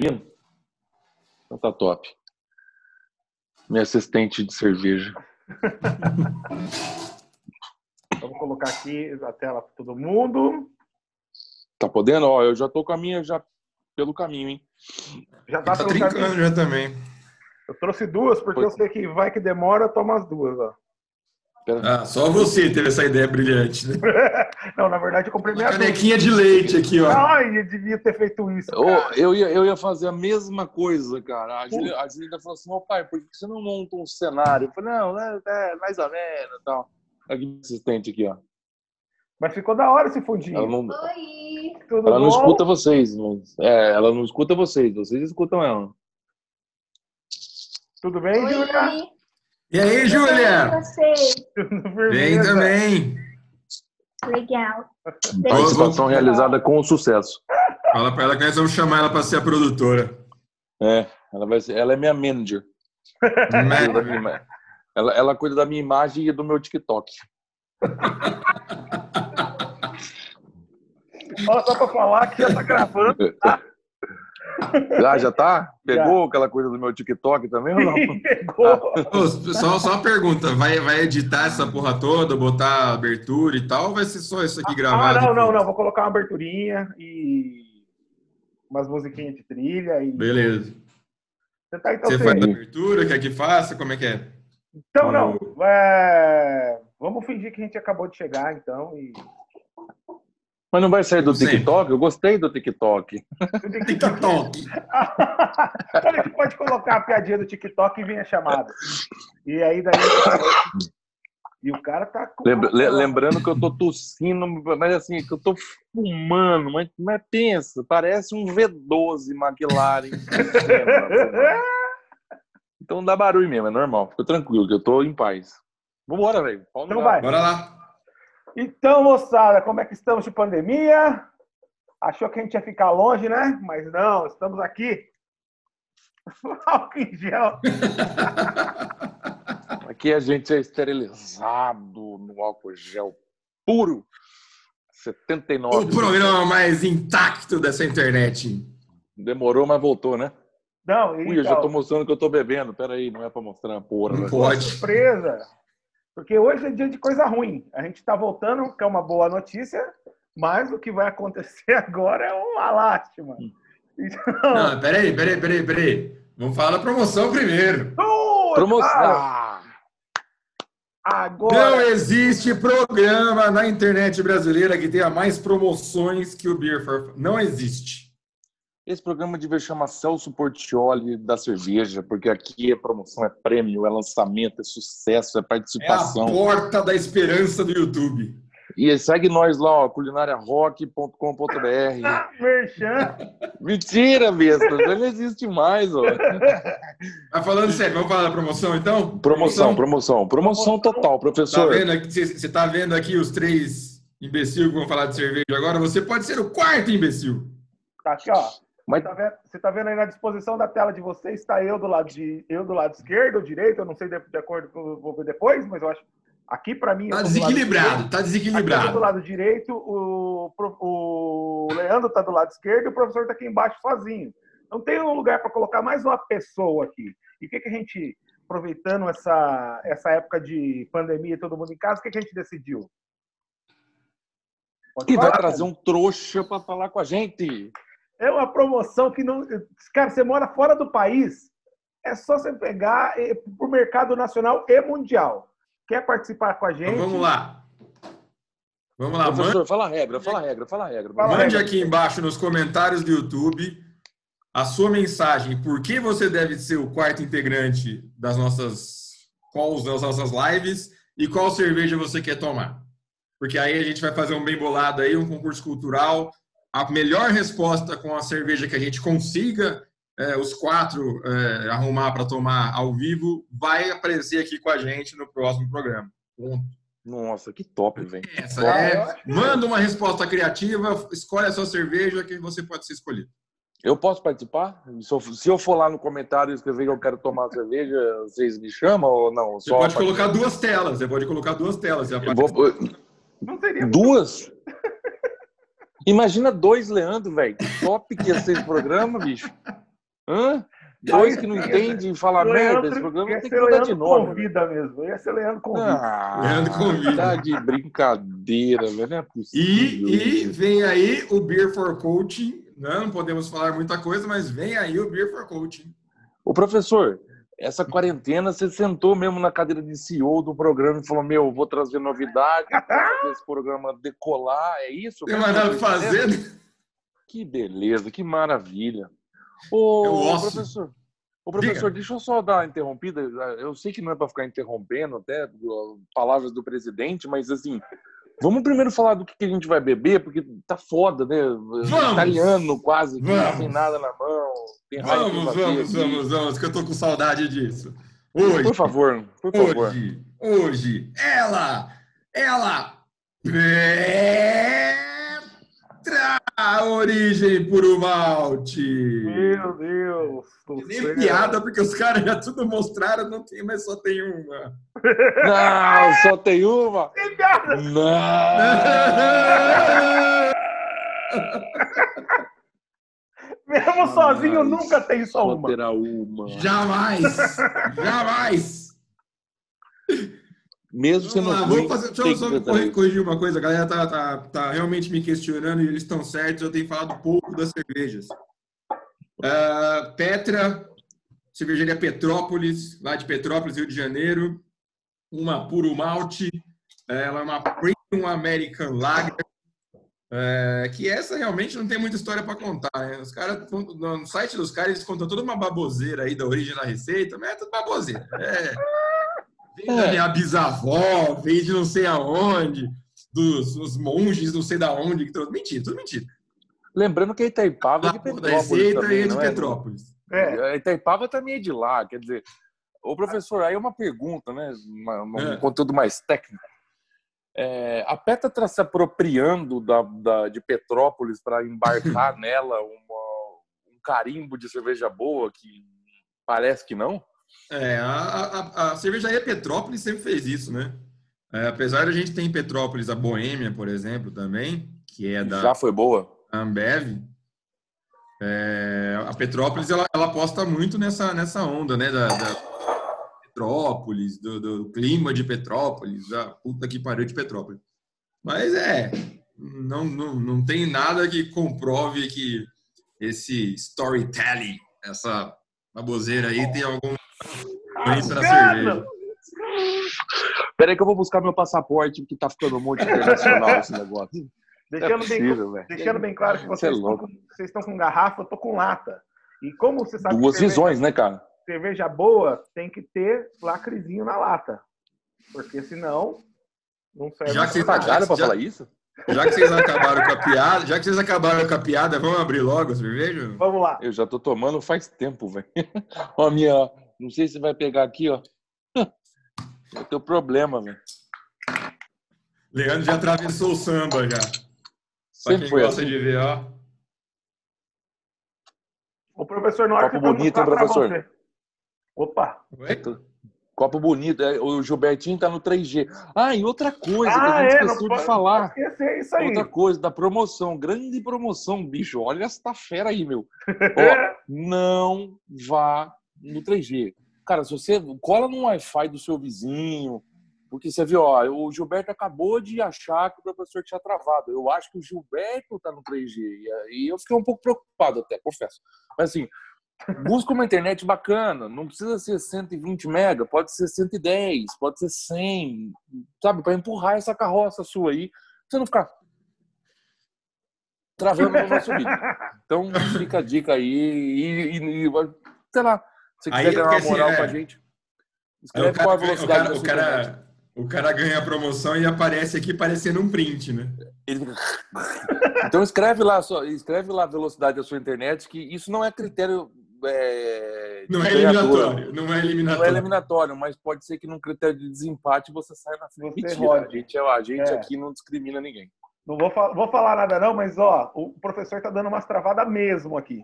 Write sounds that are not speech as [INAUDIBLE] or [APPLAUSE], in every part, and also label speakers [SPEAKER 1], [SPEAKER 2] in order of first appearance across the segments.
[SPEAKER 1] Lindo. Então tá top. Minha assistente de cerveja.
[SPEAKER 2] Então, vou colocar aqui a tela para todo mundo.
[SPEAKER 1] Tá podendo? Ó, eu já tô com a minha já pelo caminho, hein?
[SPEAKER 2] Já dá
[SPEAKER 3] Tá
[SPEAKER 2] pra
[SPEAKER 3] trincando já também.
[SPEAKER 2] Eu trouxe duas, porque eu sei que vai que demora, eu tomo as duas. Ó.
[SPEAKER 3] Ah, só você teve essa ideia brilhante, né?
[SPEAKER 2] Não, na verdade eu comprei
[SPEAKER 3] Uma
[SPEAKER 2] minha duas.
[SPEAKER 3] canequinha de leite aqui, ó.
[SPEAKER 2] Ai, eu devia ter feito isso.
[SPEAKER 1] Ô,
[SPEAKER 2] cara.
[SPEAKER 1] eu, ia, eu ia fazer a mesma coisa, cara. A Julia, a Julia ainda falou assim: meu pai, por que você não monta um cenário? Eu falei: não, né, é, mais ou menos tal. Aqui, minha assistente aqui, ó.
[SPEAKER 2] Mas ficou da hora esse fundinho.
[SPEAKER 1] Ela não,
[SPEAKER 4] Oi!
[SPEAKER 2] Tudo
[SPEAKER 1] ela não
[SPEAKER 2] bom?
[SPEAKER 1] escuta vocês. Mas, é, ela não escuta vocês, vocês escutam ela.
[SPEAKER 2] Tudo bem,
[SPEAKER 4] Oi!
[SPEAKER 2] Julia?
[SPEAKER 3] E aí, Júlia?
[SPEAKER 4] vocês?
[SPEAKER 2] Tudo
[SPEAKER 3] Vem
[SPEAKER 2] firmeza.
[SPEAKER 3] também.
[SPEAKER 4] Legal.
[SPEAKER 1] Participação realizada com sucesso.
[SPEAKER 3] Fala pra ela que nós vamos chamar ela pra ser a produtora.
[SPEAKER 1] É, ela, vai ser, ela é minha manager. Cuida da minha
[SPEAKER 3] Né?
[SPEAKER 1] ima- Ela, ela cuida da minha imagem e do meu TikTok.
[SPEAKER 2] Ó, só pra falar que já tá gravando.
[SPEAKER 1] Ah, já tá? Pegou aquela coisa do meu TikTok também
[SPEAKER 2] [LAUGHS]
[SPEAKER 1] ou não?
[SPEAKER 2] Pegou.
[SPEAKER 3] Ô, só, só uma pergunta: vai, vai editar essa porra toda, botar abertura e tal? Ou vai ser só isso aqui
[SPEAKER 2] Ah,
[SPEAKER 3] gravado?
[SPEAKER 2] não, não, não. Vou colocar uma aberturinha e umas musiquinhas de trilha. E...
[SPEAKER 3] Beleza.
[SPEAKER 2] Você tá, então,
[SPEAKER 3] Você
[SPEAKER 2] você-
[SPEAKER 3] faz a abertura? Quer que faça? Como é que é?
[SPEAKER 2] Então, não. é, Vamos fingir que a gente acabou de chegar, então. E...
[SPEAKER 1] Mas não vai sair do
[SPEAKER 3] Sim.
[SPEAKER 1] TikTok? Eu gostei do TikTok.
[SPEAKER 2] [LAUGHS]
[SPEAKER 3] TikTok.
[SPEAKER 2] Olha, que pode colocar a piadinha do TikTok e vem a chamada. E aí, daí. E o cara tá. Com...
[SPEAKER 1] Lembra- le- lembrando que eu tô tossindo, mas assim, que eu tô fumando, mas, mas pensa, parece um V12
[SPEAKER 2] [LAUGHS]
[SPEAKER 1] McLaren. então dá barulho mesmo, é normal. Fica tranquilo, que eu tô em paz. Vambora, velho. Pau no
[SPEAKER 2] Então
[SPEAKER 1] gato.
[SPEAKER 2] vai.
[SPEAKER 3] Bora lá.
[SPEAKER 2] Então, moçada, como é que estamos de pandemia? Achou que a gente ia ficar longe, né? Mas não, estamos aqui. [LAUGHS] Álcool em gel.
[SPEAKER 1] Aqui a gente é esterilizado no álcool gel puro. 79.
[SPEAKER 3] O programa mais intacto dessa internet.
[SPEAKER 1] Demorou, mas voltou, né?
[SPEAKER 2] Não,
[SPEAKER 1] Ui, eu já tô
[SPEAKER 2] então,
[SPEAKER 1] mostrando que eu tô bebendo. Pera aí, não é pra mostrar, porra.
[SPEAKER 3] Não pode.
[SPEAKER 2] surpresa. Porque hoje é dia de coisa ruim. A gente está voltando, que é uma boa notícia, mas o que vai acontecer [LAUGHS] agora é uma lástima.
[SPEAKER 1] Hum.
[SPEAKER 2] Então,
[SPEAKER 3] Não, peraí, peraí, peraí, peraí. Vamos falar da promoção primeiro.
[SPEAKER 2] tudo,
[SPEAKER 1] Promoção. Ah,
[SPEAKER 2] cara, Agora,
[SPEAKER 3] Não existe programa na internet brasileira que tenha mais promoções que o Beer for... Não existe.
[SPEAKER 1] Esse programa devia chamar Celso Portioli da cerveja, porque aqui é promoção, é prêmio, é lançamento, é sucesso, é
[SPEAKER 3] É a
[SPEAKER 1] participação.
[SPEAKER 3] porta da esperança do YouTube.
[SPEAKER 1] e segue nós lá, ó, culinariarock.com.br.
[SPEAKER 2] Ah, merchan.
[SPEAKER 1] Mentira, besta, já não existe mais, ó.
[SPEAKER 3] Tá falando sério, vamos falar da promoção então?
[SPEAKER 1] Promoção, promoção, promoção total,
[SPEAKER 3] Tá
[SPEAKER 1] professor.
[SPEAKER 3] vendo aqui, você tá vendo aqui os três imbecil que vão falar de cerveja agora? Você pode ser o quarto imbecil.
[SPEAKER 2] Tá aqui, ó.
[SPEAKER 1] Mas-
[SPEAKER 2] Você, tá vendo, você tá vendo aí na disposição da tela de vocês, está eu do lado de eu do lado esquerdo ou direito, eu não sei de, de acordo com o vou ver depois, mas eu acho aqui para mim eu
[SPEAKER 3] Tá
[SPEAKER 2] tô do lado
[SPEAKER 3] desequilibrado, tá
[SPEAKER 2] direito. Aqui eu tô do
[SPEAKER 3] desequilibrado.
[SPEAKER 2] lado direito, o, pro- o Leandro tá do lado esquerdo e o professor tá aqui embaixo sozinho. Não tem um lugar para colocar mais uma pessoa aqui. E o que, que a gente, aproveitando essa, essa época de pandemia e todo mundo em casa, o que, que a gente decidiu? Pode
[SPEAKER 1] E vai
[SPEAKER 2] falar,
[SPEAKER 1] trazer um trouxa pra falar com a gente.
[SPEAKER 2] É uma promoção que não. Cara, você mora fora do país, é só você pegar para o mercado nacional e mundial. Quer participar com a gente?
[SPEAKER 3] Então vamos lá. Vamos lá, manda,
[SPEAKER 1] Professor, fala a regra, fala a regra, fala a regra.
[SPEAKER 2] Fala a
[SPEAKER 3] mande
[SPEAKER 2] regra.
[SPEAKER 3] aqui embaixo nos comentários do YouTube a sua mensagem. Por que você deve ser o quarto integrante das nossas calls, das nossas lives e qual cerveja você quer tomar? Porque aí a gente vai fazer um bem bolado aí, um concurso cultural. A melhor resposta com a cerveja que a gente consiga, eh, os quatro eh, arrumar para tomar ao vivo, vai aparecer aqui com a gente no próximo programa. Ponto.
[SPEAKER 1] Nossa, que top, velho.
[SPEAKER 3] Essa
[SPEAKER 2] Ah,
[SPEAKER 3] é. Manda uma resposta criativa, escolhe a sua cerveja que você pode ser escolhido.
[SPEAKER 1] Eu posso participar? Se eu, se eu for lá no comentário e escrever que eu quero tomar cerveja, vocês me chamam ou não?
[SPEAKER 3] Você pode colocar duas telas, você pode colocar duas telas. Você
[SPEAKER 1] Eu
[SPEAKER 3] aparece-
[SPEAKER 1] vou- eu-
[SPEAKER 2] Não seria.
[SPEAKER 1] Duas? Imagina dois, Leandro, velho. Que Top que ia ser esse programa, bicho. Hã? Dois que não entendem e falam merda, esse programa tem que mudar de
[SPEAKER 2] Leandro
[SPEAKER 1] nome. né?
[SPEAKER 2] convida mesmo. Ia ser Leandro convida.
[SPEAKER 1] Ah,
[SPEAKER 3] Leandro convida.
[SPEAKER 1] Tá de brincadeira, velho. Não é possível.
[SPEAKER 3] E, e vem aí o Beer for Coaching. né? Não podemos falar muita coisa, mas vem aí o Beer for Coaching.
[SPEAKER 1] Ô, professor, essa quarentena você sentou mesmo na cadeira de CEO do programa e falou: Meu, vou trazer novidade, vou fazer esse programa decolar. É isso?
[SPEAKER 3] Tem mais nada pra fazer? né?
[SPEAKER 1] Que beleza, que maravilha. Ô,
[SPEAKER 3] Eu gosto.
[SPEAKER 1] professor. Ô, professor, deixa eu só dar uma interrompida. Eu sei que não é para ficar interrompendo até ó, palavras do presidente, mas assim, vamos primeiro falar do que que a gente vai beber, porque tá foda, né? Italiano quase, que não
[SPEAKER 3] Vamos.
[SPEAKER 1] tem nada na mão. Tem raio que
[SPEAKER 3] [LAUGHS] Vamos,
[SPEAKER 1] vai vir
[SPEAKER 3] vamos,
[SPEAKER 1] aqui.
[SPEAKER 3] vamos, vamos, que eu tô com saudade disso. Hoje,
[SPEAKER 1] Por favor, por favor.
[SPEAKER 3] hoje, hoje, ela, ela penetra a origem por um malte.
[SPEAKER 2] Meu Deus. do
[SPEAKER 3] Nem
[SPEAKER 2] céu.
[SPEAKER 3] piada, porque os caras já tudo mostraram, não tem, mas só tem uma.
[SPEAKER 1] Não, só tem uma?
[SPEAKER 2] Nem piada.
[SPEAKER 1] Não! Ah,
[SPEAKER 2] Mesmo sozinho,
[SPEAKER 1] Mas
[SPEAKER 2] nunca tem só
[SPEAKER 1] Só
[SPEAKER 2] uma.
[SPEAKER 1] terá uma.
[SPEAKER 3] Jamais! Jamais!
[SPEAKER 1] Mesmo sendo
[SPEAKER 3] Vamos lá,
[SPEAKER 1] ruim,
[SPEAKER 3] vou fazer, deixa
[SPEAKER 1] tem
[SPEAKER 3] eu
[SPEAKER 1] que
[SPEAKER 3] só
[SPEAKER 1] ter
[SPEAKER 3] corri-
[SPEAKER 1] talento.
[SPEAKER 3] corrigir uma coisa. A galera tá, tá, tá realmente me questionando e eles estão certos. Eu tenho falado pouco das cervejas. Ah, Petra, cervejaria Petrópolis, lá de Petrópolis, Rio de Janeiro. Uma puro malte. Ela é uma Premium American Lager. É, que essa realmente não tem muita história para contar. Né? Os caras, contam- no site dos caras, eles contam toda uma baboseira aí da origem da receita, mas é tudo baboseira. É. Vem da minha bisavó, vem de não sei aonde, dos, dos monges, não sei da onde. que trouxe. Mentira, tudo mentira.
[SPEAKER 1] Lembrando que a Itaipava é
[SPEAKER 3] Da
[SPEAKER 1] de
[SPEAKER 3] porra da
[SPEAKER 1] Petrópolis
[SPEAKER 3] receita
[SPEAKER 1] também,
[SPEAKER 3] é de
[SPEAKER 1] não
[SPEAKER 3] Petrópolis.
[SPEAKER 2] É.
[SPEAKER 1] A Itaipava também é de lá, quer dizer... Ô, professor, aí é uma pergunta, né? Uma- um
[SPEAKER 3] É.
[SPEAKER 1] conteúdo mais técnico. É, a PETA está se apropriando da, da- de Petrópolis para
[SPEAKER 3] [LAUGHS]
[SPEAKER 1] embarcar nela uma- um carimbo de cerveja boa que parece que não?
[SPEAKER 3] É, a, a, a cervejaria Petrópolis sempre fez isso, né? É, apesar da gente ter em Petrópolis a Boêmia, por exemplo, também, que é da
[SPEAKER 1] Já foi boa?
[SPEAKER 3] Ambev. É, a Petrópolis ela, ela aposta muito nessa, nessa onda, né? Da, da Petrópolis, do, do clima de Petrópolis, da puta que pariu de Petrópolis. Mas é, não, não, não tem nada que comprove que esse storytelling, essa baboseira aí, tem alguma influência na cerveja.
[SPEAKER 1] Peraí que eu vou buscar meu passaporte, porque tá ficando um monte internacional [LAUGHS] esse negócio. Não é
[SPEAKER 2] Deixando bem,
[SPEAKER 1] possível, velho.
[SPEAKER 2] deixando bem claro que
[SPEAKER 1] Você é
[SPEAKER 2] vocês, estão,
[SPEAKER 1] louco.
[SPEAKER 2] com, vocês estão com garrafa, eu tô com lata. E como você sabe que
[SPEAKER 1] Duas
[SPEAKER 2] cerveja-
[SPEAKER 1] visões, né, cara?
[SPEAKER 2] cerveja boa tem que ter lacrezinho na lata. Porque senão não serve.
[SPEAKER 3] Já
[SPEAKER 2] pra
[SPEAKER 3] que vocês
[SPEAKER 2] nada.
[SPEAKER 1] Pagaram pra
[SPEAKER 3] Já-
[SPEAKER 1] falar isso?
[SPEAKER 3] Já que vocês acabaram com a piada, já que vocês acabaram com a piada, vamos abrir logo a cerveja?
[SPEAKER 2] Vamos lá.
[SPEAKER 1] Eu já tô tomando faz tempo, velho. [LAUGHS] Ó, a minha, ó, não sei se vai pegar aqui, ó. [LAUGHS] É teu problema, velho.
[SPEAKER 3] Leandro já atravessou o samba já. Pra
[SPEAKER 1] Sempre
[SPEAKER 3] quem
[SPEAKER 1] foi
[SPEAKER 3] gosta
[SPEAKER 1] assim.
[SPEAKER 3] de ver, ó.
[SPEAKER 2] O professor na hora
[SPEAKER 1] Papo
[SPEAKER 2] que eu
[SPEAKER 1] bonito,
[SPEAKER 2] vou mostrar
[SPEAKER 1] hein,
[SPEAKER 2] pra você. Opa!
[SPEAKER 3] Oi?
[SPEAKER 1] assim. É Copo bonito. é, O Gilbertinho tá no 3G. Ah, e outra coisa que
[SPEAKER 2] Ah,
[SPEAKER 1] a gente
[SPEAKER 2] é, não
[SPEAKER 1] esqueceu de
[SPEAKER 2] pode-
[SPEAKER 1] falar.
[SPEAKER 2] Esquecer é isso aí.
[SPEAKER 1] Outra coisa, da promoção. Grande promoção, bicho. Olha esta fera aí,
[SPEAKER 2] [LAUGHS]
[SPEAKER 1] meu. Ó, não vá no 3G. Cara, se você cola no Wi-Fi do seu vizinho, porque você viu, ó, o Gilberto acabou de achar que o professor tinha travado. Eu acho que o Gilberto tá no 3G. E aí eu fiquei um pouco preocupado até, confesso. Mas assim, busca uma internet bacana. Não precisa ser 120 mega, pode ser 110, pode ser 100, sabe? Para empurrar essa carroça sua aí, pra você não ficar travando no nosso vídeo. Então fica a dica aí e, e- e- sei lá, se quiser
[SPEAKER 3] Aí,
[SPEAKER 1] ganhar
[SPEAKER 3] porque,
[SPEAKER 1] uma
[SPEAKER 3] assim,
[SPEAKER 1] moral
[SPEAKER 3] é,
[SPEAKER 1] com a gente,
[SPEAKER 3] Aí
[SPEAKER 1] escreve
[SPEAKER 2] é
[SPEAKER 3] É o cara,
[SPEAKER 1] qual a
[SPEAKER 3] ganha- o,
[SPEAKER 1] velocidade
[SPEAKER 3] cara,
[SPEAKER 1] da
[SPEAKER 3] o,
[SPEAKER 1] sua internet.
[SPEAKER 3] cara, o cara ganha a promoção e aparece aqui parecendo um print, né?
[SPEAKER 1] Ele fica- [LAUGHS] Então escreve lá, a sua- escreve lá a velocidade da sua internet, que isso não é critério. é,
[SPEAKER 3] Não é
[SPEAKER 1] ganhador.
[SPEAKER 3] eliminatório. Não é
[SPEAKER 1] Não é
[SPEAKER 3] eliminatório.
[SPEAKER 1] eliminatório, mas pode ser que num critério de desempate você saia na frente.
[SPEAKER 2] Você
[SPEAKER 1] Mentira,
[SPEAKER 2] rode.
[SPEAKER 1] a gente, é- a gente
[SPEAKER 2] É.
[SPEAKER 1] aqui não discrimina ninguém.
[SPEAKER 2] Não vou, fa- vou falar nada, não, mas ó, o professor tá dando umas travadas mesmo aqui.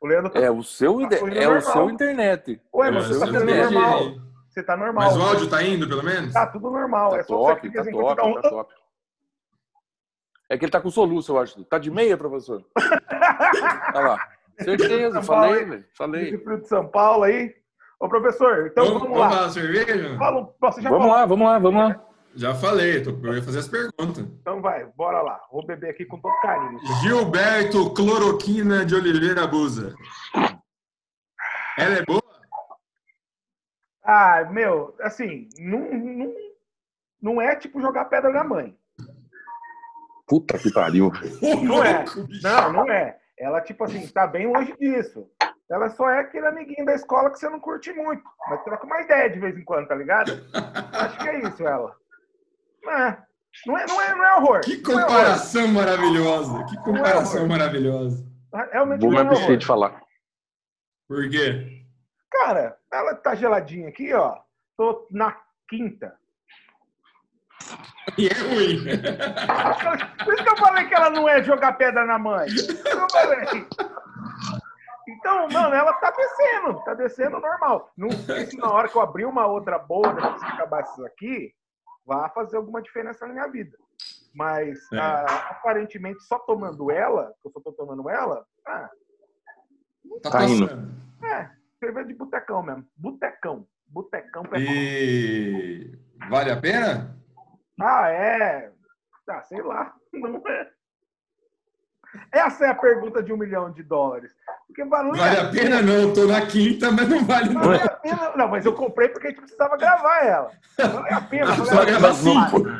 [SPEAKER 2] O Leandro tá.
[SPEAKER 1] É o seu, ide-
[SPEAKER 2] Tá correndo
[SPEAKER 1] é o
[SPEAKER 2] normal.
[SPEAKER 1] seu internet.
[SPEAKER 2] Ué,
[SPEAKER 1] é,
[SPEAKER 2] mas você
[SPEAKER 1] eu
[SPEAKER 2] tá
[SPEAKER 1] não
[SPEAKER 2] sendo
[SPEAKER 1] entendi.
[SPEAKER 2] normal. Você tá normal.
[SPEAKER 3] Mas o áudio tá indo, pelo menos?
[SPEAKER 2] Tá tudo normal.
[SPEAKER 1] Tá
[SPEAKER 2] é só
[SPEAKER 1] top,
[SPEAKER 2] você que
[SPEAKER 1] tá
[SPEAKER 2] de vez em quando
[SPEAKER 1] top,
[SPEAKER 2] dá um-
[SPEAKER 1] tá top. É que ele tá com soluço, eu acho. Tá de meia, professor? Olha lá. Certeza,
[SPEAKER 2] São Paulo,
[SPEAKER 1] falei,
[SPEAKER 2] hein?
[SPEAKER 1] velho. Falei.
[SPEAKER 2] Esse frio de São Paulo aí. Ô, professor, então vamos,
[SPEAKER 3] vamos
[SPEAKER 2] lá.
[SPEAKER 3] falar da cerveja?
[SPEAKER 2] Fala, um- você já
[SPEAKER 1] Vamos
[SPEAKER 2] falou.
[SPEAKER 1] lá, vamos lá, vamos lá.
[SPEAKER 3] Já falei, tô- eu ia fazer as perguntas.
[SPEAKER 2] Então vai, bora lá. Vou beber aqui com todo carinho.
[SPEAKER 3] Gilberto Cloroquina de Oliveira Busa. Ela é boa?
[SPEAKER 2] Ah, meu, assim, não, não, não é tipo jogar pedra na mãe.
[SPEAKER 1] Puta que pariu.
[SPEAKER 2] Não é.
[SPEAKER 3] Ô, louco, bicho.
[SPEAKER 2] Não, não é. Ela, tipo assim, tá bem longe disso. Ela só é aquele amiguinho da escola que você não curte muito. Mas troca uma ideia de vez em quando, tá ligado? Acho que é isso, ela. É. Não é, não é, não é horror.
[SPEAKER 3] Que
[SPEAKER 2] Não é horror.
[SPEAKER 3] comparação maravilhosa!
[SPEAKER 2] é,
[SPEAKER 3] Que comparação maravilhosa!
[SPEAKER 2] Realmente
[SPEAKER 1] Vou me
[SPEAKER 2] não é
[SPEAKER 1] abster
[SPEAKER 2] horror.
[SPEAKER 1] de falar.
[SPEAKER 3] Por quê?
[SPEAKER 2] Cara, ela tá geladinha aqui, ó. Tô na quinta.
[SPEAKER 3] E é ruim.
[SPEAKER 2] Por isso que eu falei que ela não é jogar pedra na mãe. Por isso que Eu falei. Então, mano, ela tá descendo, tá descendo normal. Não sei se na hora que eu abrir uma outra boa, depois que acabar isso aqui, vai fazer alguma diferença na minha vida. Mas
[SPEAKER 3] É.
[SPEAKER 2] ah, aparentemente só tomando ela, que eu só tô tomando ela, ah,
[SPEAKER 3] Tá
[SPEAKER 1] Tá indo.
[SPEAKER 3] passando.
[SPEAKER 2] é, cerveja de botecão mesmo. Botecão. Botecão pra
[SPEAKER 3] E vale a pena?
[SPEAKER 2] Ah, é. Ah, sei lá. Não é. Essa é a pergunta de um milhão de dólares. Porque valeu.
[SPEAKER 3] Vale a pena não, tô na quinta, mas não vale não.
[SPEAKER 2] Vale a pena. Não, mas eu comprei porque a gente precisava gravar ela. Vale a pena.
[SPEAKER 3] [LAUGHS] Só
[SPEAKER 2] Vale a pena.
[SPEAKER 3] gravar Tá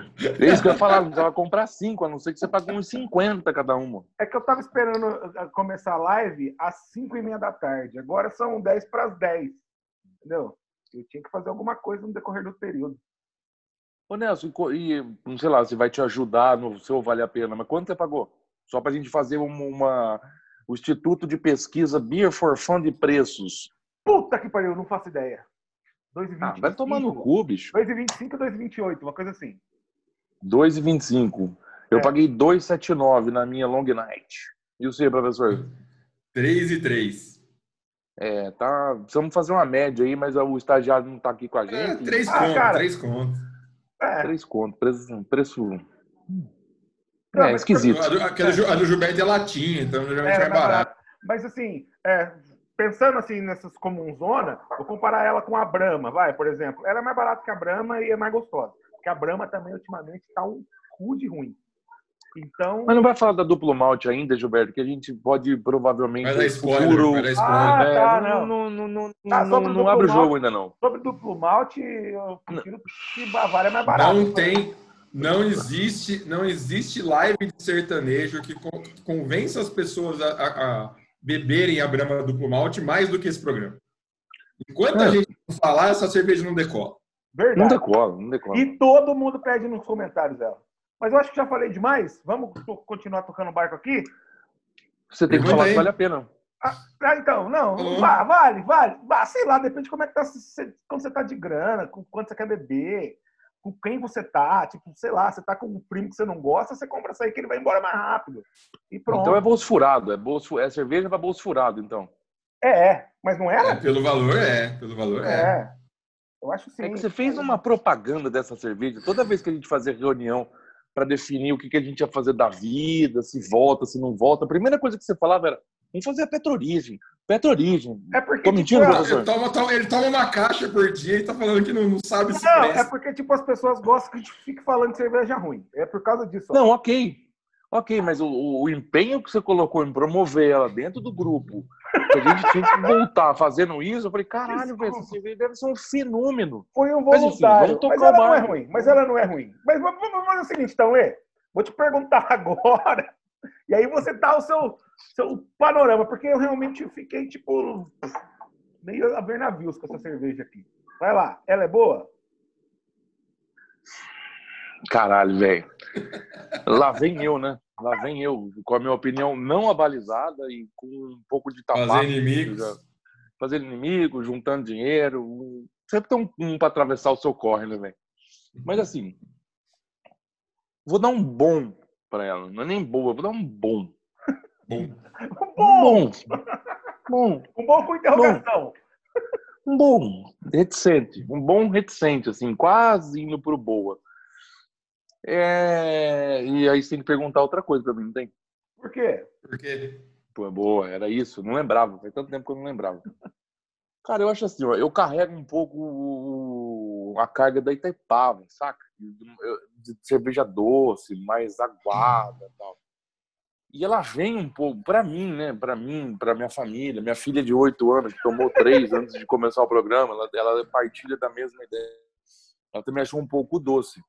[SPEAKER 2] Assim,
[SPEAKER 3] cinco.
[SPEAKER 1] É isso que eu ia falar, não precisava comprar cinco, a não ser que você pague uns 50 cada uma.
[SPEAKER 2] É que eu tava esperando eh, começar a live às 5 e meia da tarde. Agora são 10 para as 10. Entendeu? Eu tinha que fazer alguma coisa no decorrer do período.
[SPEAKER 1] Ô Nelson, e co- e não sei lá, se vai te ajudar no seu Vale a Pena, mas quanto você pagou? Só pra gente fazer uma, uma- o Instituto de Pesquisa Beer for Fun de Preços.
[SPEAKER 2] Puta que pariu, não faço ideia. 2,25.
[SPEAKER 1] Ah, vai tomar no cu, bicho.
[SPEAKER 2] 2,25 ou 2,28, uma coisa assim.
[SPEAKER 1] 2,25. Eu
[SPEAKER 2] É.
[SPEAKER 1] paguei 2,79 na minha long night. E o seu, professor?
[SPEAKER 3] 3 e 3.
[SPEAKER 1] É, tá, precisamos fazer uma média aí, mas o estagiário não tá aqui com a
[SPEAKER 3] É,
[SPEAKER 1] gente.
[SPEAKER 3] 3
[SPEAKER 2] Ah,
[SPEAKER 3] conto,
[SPEAKER 2] cara.
[SPEAKER 3] 3 conto.
[SPEAKER 2] É.
[SPEAKER 1] Três conto, preço... um preço...
[SPEAKER 2] Não,
[SPEAKER 1] é,
[SPEAKER 2] mas-
[SPEAKER 1] esquisito.
[SPEAKER 3] A do, aquela Ju- a do Gilberto é latinha, então geralmente
[SPEAKER 2] Era
[SPEAKER 3] vai
[SPEAKER 2] mais
[SPEAKER 3] barato.
[SPEAKER 2] barato. É, Mas assim, é, pensando assim nessas comunzona, vou comparar ela com a Brahma, vai, por exemplo. Ela é mais barata que a Brahma e é mais gostosa. Porque a Brahma também ultimamente tá um cu de ruim. Então,
[SPEAKER 1] Mas não vai falar da duplo malte ainda, Gilberto, que a gente pode provavelmente.
[SPEAKER 3] Vai dar é spoiler, né?
[SPEAKER 1] futuro-
[SPEAKER 3] vai dar
[SPEAKER 2] é Ah,
[SPEAKER 3] spoiler.
[SPEAKER 1] É,
[SPEAKER 2] tá,
[SPEAKER 1] não, Ah, não, não, não,
[SPEAKER 2] Tá,
[SPEAKER 1] não-
[SPEAKER 2] só pro
[SPEAKER 1] não
[SPEAKER 2] duplo
[SPEAKER 1] abre o
[SPEAKER 2] malte.
[SPEAKER 1] jogo ainda, não.
[SPEAKER 2] sobre duplo malte, eu prefiro que Bavária é mais barato.
[SPEAKER 3] Não tem, não existe, não existe live de sertanejo que con- convença as pessoas a, a- a beberem a Brahma duplo malte mais do que esse programa. Enquanto a
[SPEAKER 1] É.
[SPEAKER 3] gente não falar, essa cerveja não decola.
[SPEAKER 1] Não
[SPEAKER 2] Verdade.
[SPEAKER 1] decola, não decola.
[SPEAKER 2] E todo mundo pede nos comentários ela. Mas eu acho que já falei demais. Vamos to- continuar tocando o barco aqui?
[SPEAKER 1] Você tem que
[SPEAKER 3] Pergunta
[SPEAKER 1] falar
[SPEAKER 3] aí.
[SPEAKER 1] se vale a pena.
[SPEAKER 2] Ah, então, não,
[SPEAKER 1] Hum.
[SPEAKER 3] Uhum.
[SPEAKER 2] vá, vale, vale. Vá, sei lá, depende de como é que tá, se- se- quando você tá de grana, com quanto você quer beber, com quem você tá, tipo, sei lá, você tá com um primo que você não gosta, você compra essa aí que ele vai embora mais rápido. E pronto.
[SPEAKER 1] Então é bolso furado, é, bolso, é cerveja pra bolso furado, então.
[SPEAKER 2] é... é, mas não
[SPEAKER 3] É,
[SPEAKER 2] era?
[SPEAKER 3] pelo valor é, pelo valor
[SPEAKER 2] É.
[SPEAKER 3] é.
[SPEAKER 2] Eu acho sim.
[SPEAKER 1] É que você fez uma propaganda dessa cerveja toda vez que a gente fazia reunião pra definir o que, que a gente ia fazer da vida, se volta, se não volta. A primeira coisa que você falava era: vamos fazer a Petrorigem. Petrorigem.
[SPEAKER 2] É porque,
[SPEAKER 1] Tô
[SPEAKER 2] tipo,
[SPEAKER 1] mentindo,
[SPEAKER 2] ah,
[SPEAKER 1] professor?
[SPEAKER 3] Ele toma, toma- ele toma uma caixa por dia e tá falando que não, não sabe
[SPEAKER 1] um
[SPEAKER 3] se
[SPEAKER 2] não, é
[SPEAKER 3] presta.
[SPEAKER 2] porque, tipo, as pessoas gostam que a gente fique falando de cerveja ruim. É por causa disso. ó.
[SPEAKER 1] Não, ok. Ok, mas o, o- o empenho que você colocou em promover ela dentro do grupo, que a gente tinha que voltar fazendo isso, eu falei, caralho, velho, essa cerveja deve ser um fenômeno.
[SPEAKER 2] Foi um
[SPEAKER 1] Mas, enfim,
[SPEAKER 2] voluntário.
[SPEAKER 1] vamos tocar
[SPEAKER 2] Mas, ela
[SPEAKER 1] o
[SPEAKER 2] não é
[SPEAKER 1] barco.
[SPEAKER 2] ruim. Mas ela não é ruim. Mas vamos vamos fazer o seguinte, então, Lê. Vou te perguntar [LAUGHS] agora. E aí você dá o seu, seu panorama, porque eu realmente fiquei, tipo, meio a ver navios com essa cerveja aqui. Vai lá. Ela é boa?
[SPEAKER 1] Caralho, velho. Lá vem eu, né? Lá vem eu, com a minha opinião não abalizada e com um pouco de tabaco.
[SPEAKER 3] Fazer inimigos.
[SPEAKER 1] já- Fazendo inimigo, juntando dinheiro. um- Sempre tem um, um para atravessar o seu corre, né, velho? Mas assim, vou dar um bom pra ela. Não é nem boa, vou dar um bom.
[SPEAKER 3] Bom,
[SPEAKER 2] Um bom!
[SPEAKER 1] bom, bom,
[SPEAKER 2] Um bom com interrogação.
[SPEAKER 1] um bom, reticente, um bom reticente, assim, quase indo pro boa. É, E aí você tem que perguntar outra coisa pra mim, não tem?
[SPEAKER 2] Por quê?
[SPEAKER 3] porque
[SPEAKER 1] Pô, é boa, era isso. Não lembrava. Faz tanto tempo que eu não lembrava. Cara, eu acho assim, ó, eu carrego um pouco o- a carga da Itaipava, saca? Eu- De cerveja doce, mais aguada e tal. E ela vem um pouco, pra mim, né? Pra mim, pra minha família. Minha filha de 8 anos, que tomou
[SPEAKER 2] [LAUGHS]
[SPEAKER 1] três antes de começar o programa, ela, ela é partilha da mesma ideia. Ela também achou um pouco doce.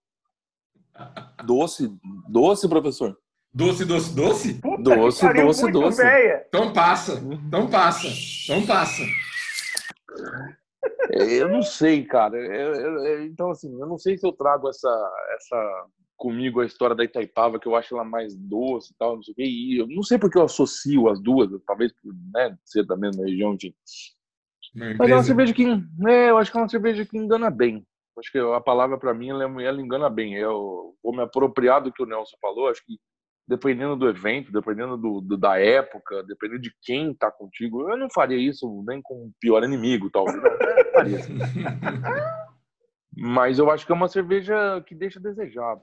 [SPEAKER 1] Doce, doce, professor?
[SPEAKER 3] Doce, doce, doce?
[SPEAKER 2] Puta
[SPEAKER 1] Doce, doce,
[SPEAKER 2] muito
[SPEAKER 1] doce.
[SPEAKER 2] véia.
[SPEAKER 3] Então passa. Então passa. Então passa.
[SPEAKER 1] É, Eu não sei, cara. Eu- eu- eu- então, assim, eu não sei se eu trago essa, essa comigo a história da Itaipava, que eu acho ela mais doce e tal, não sei o quê. E eu não sei porque eu associo as duas, talvez por né, ser da mesma região, enfim.
[SPEAKER 3] Minha
[SPEAKER 1] Mas é uma
[SPEAKER 3] empresa.
[SPEAKER 1] cerveja que. né, eu acho que é uma cerveja que engana bem. Acho que a palavra pra mim ela, é, ela engana bem. Eu vou me apropriar do que o Nelson falou. Acho que dependendo do evento, dependendo do, do- da época, dependendo de quem tá contigo, eu não faria isso nem com o pior inimigo, talvez. Não, eu faria. Mas eu acho que é uma cerveja que deixa a desejar.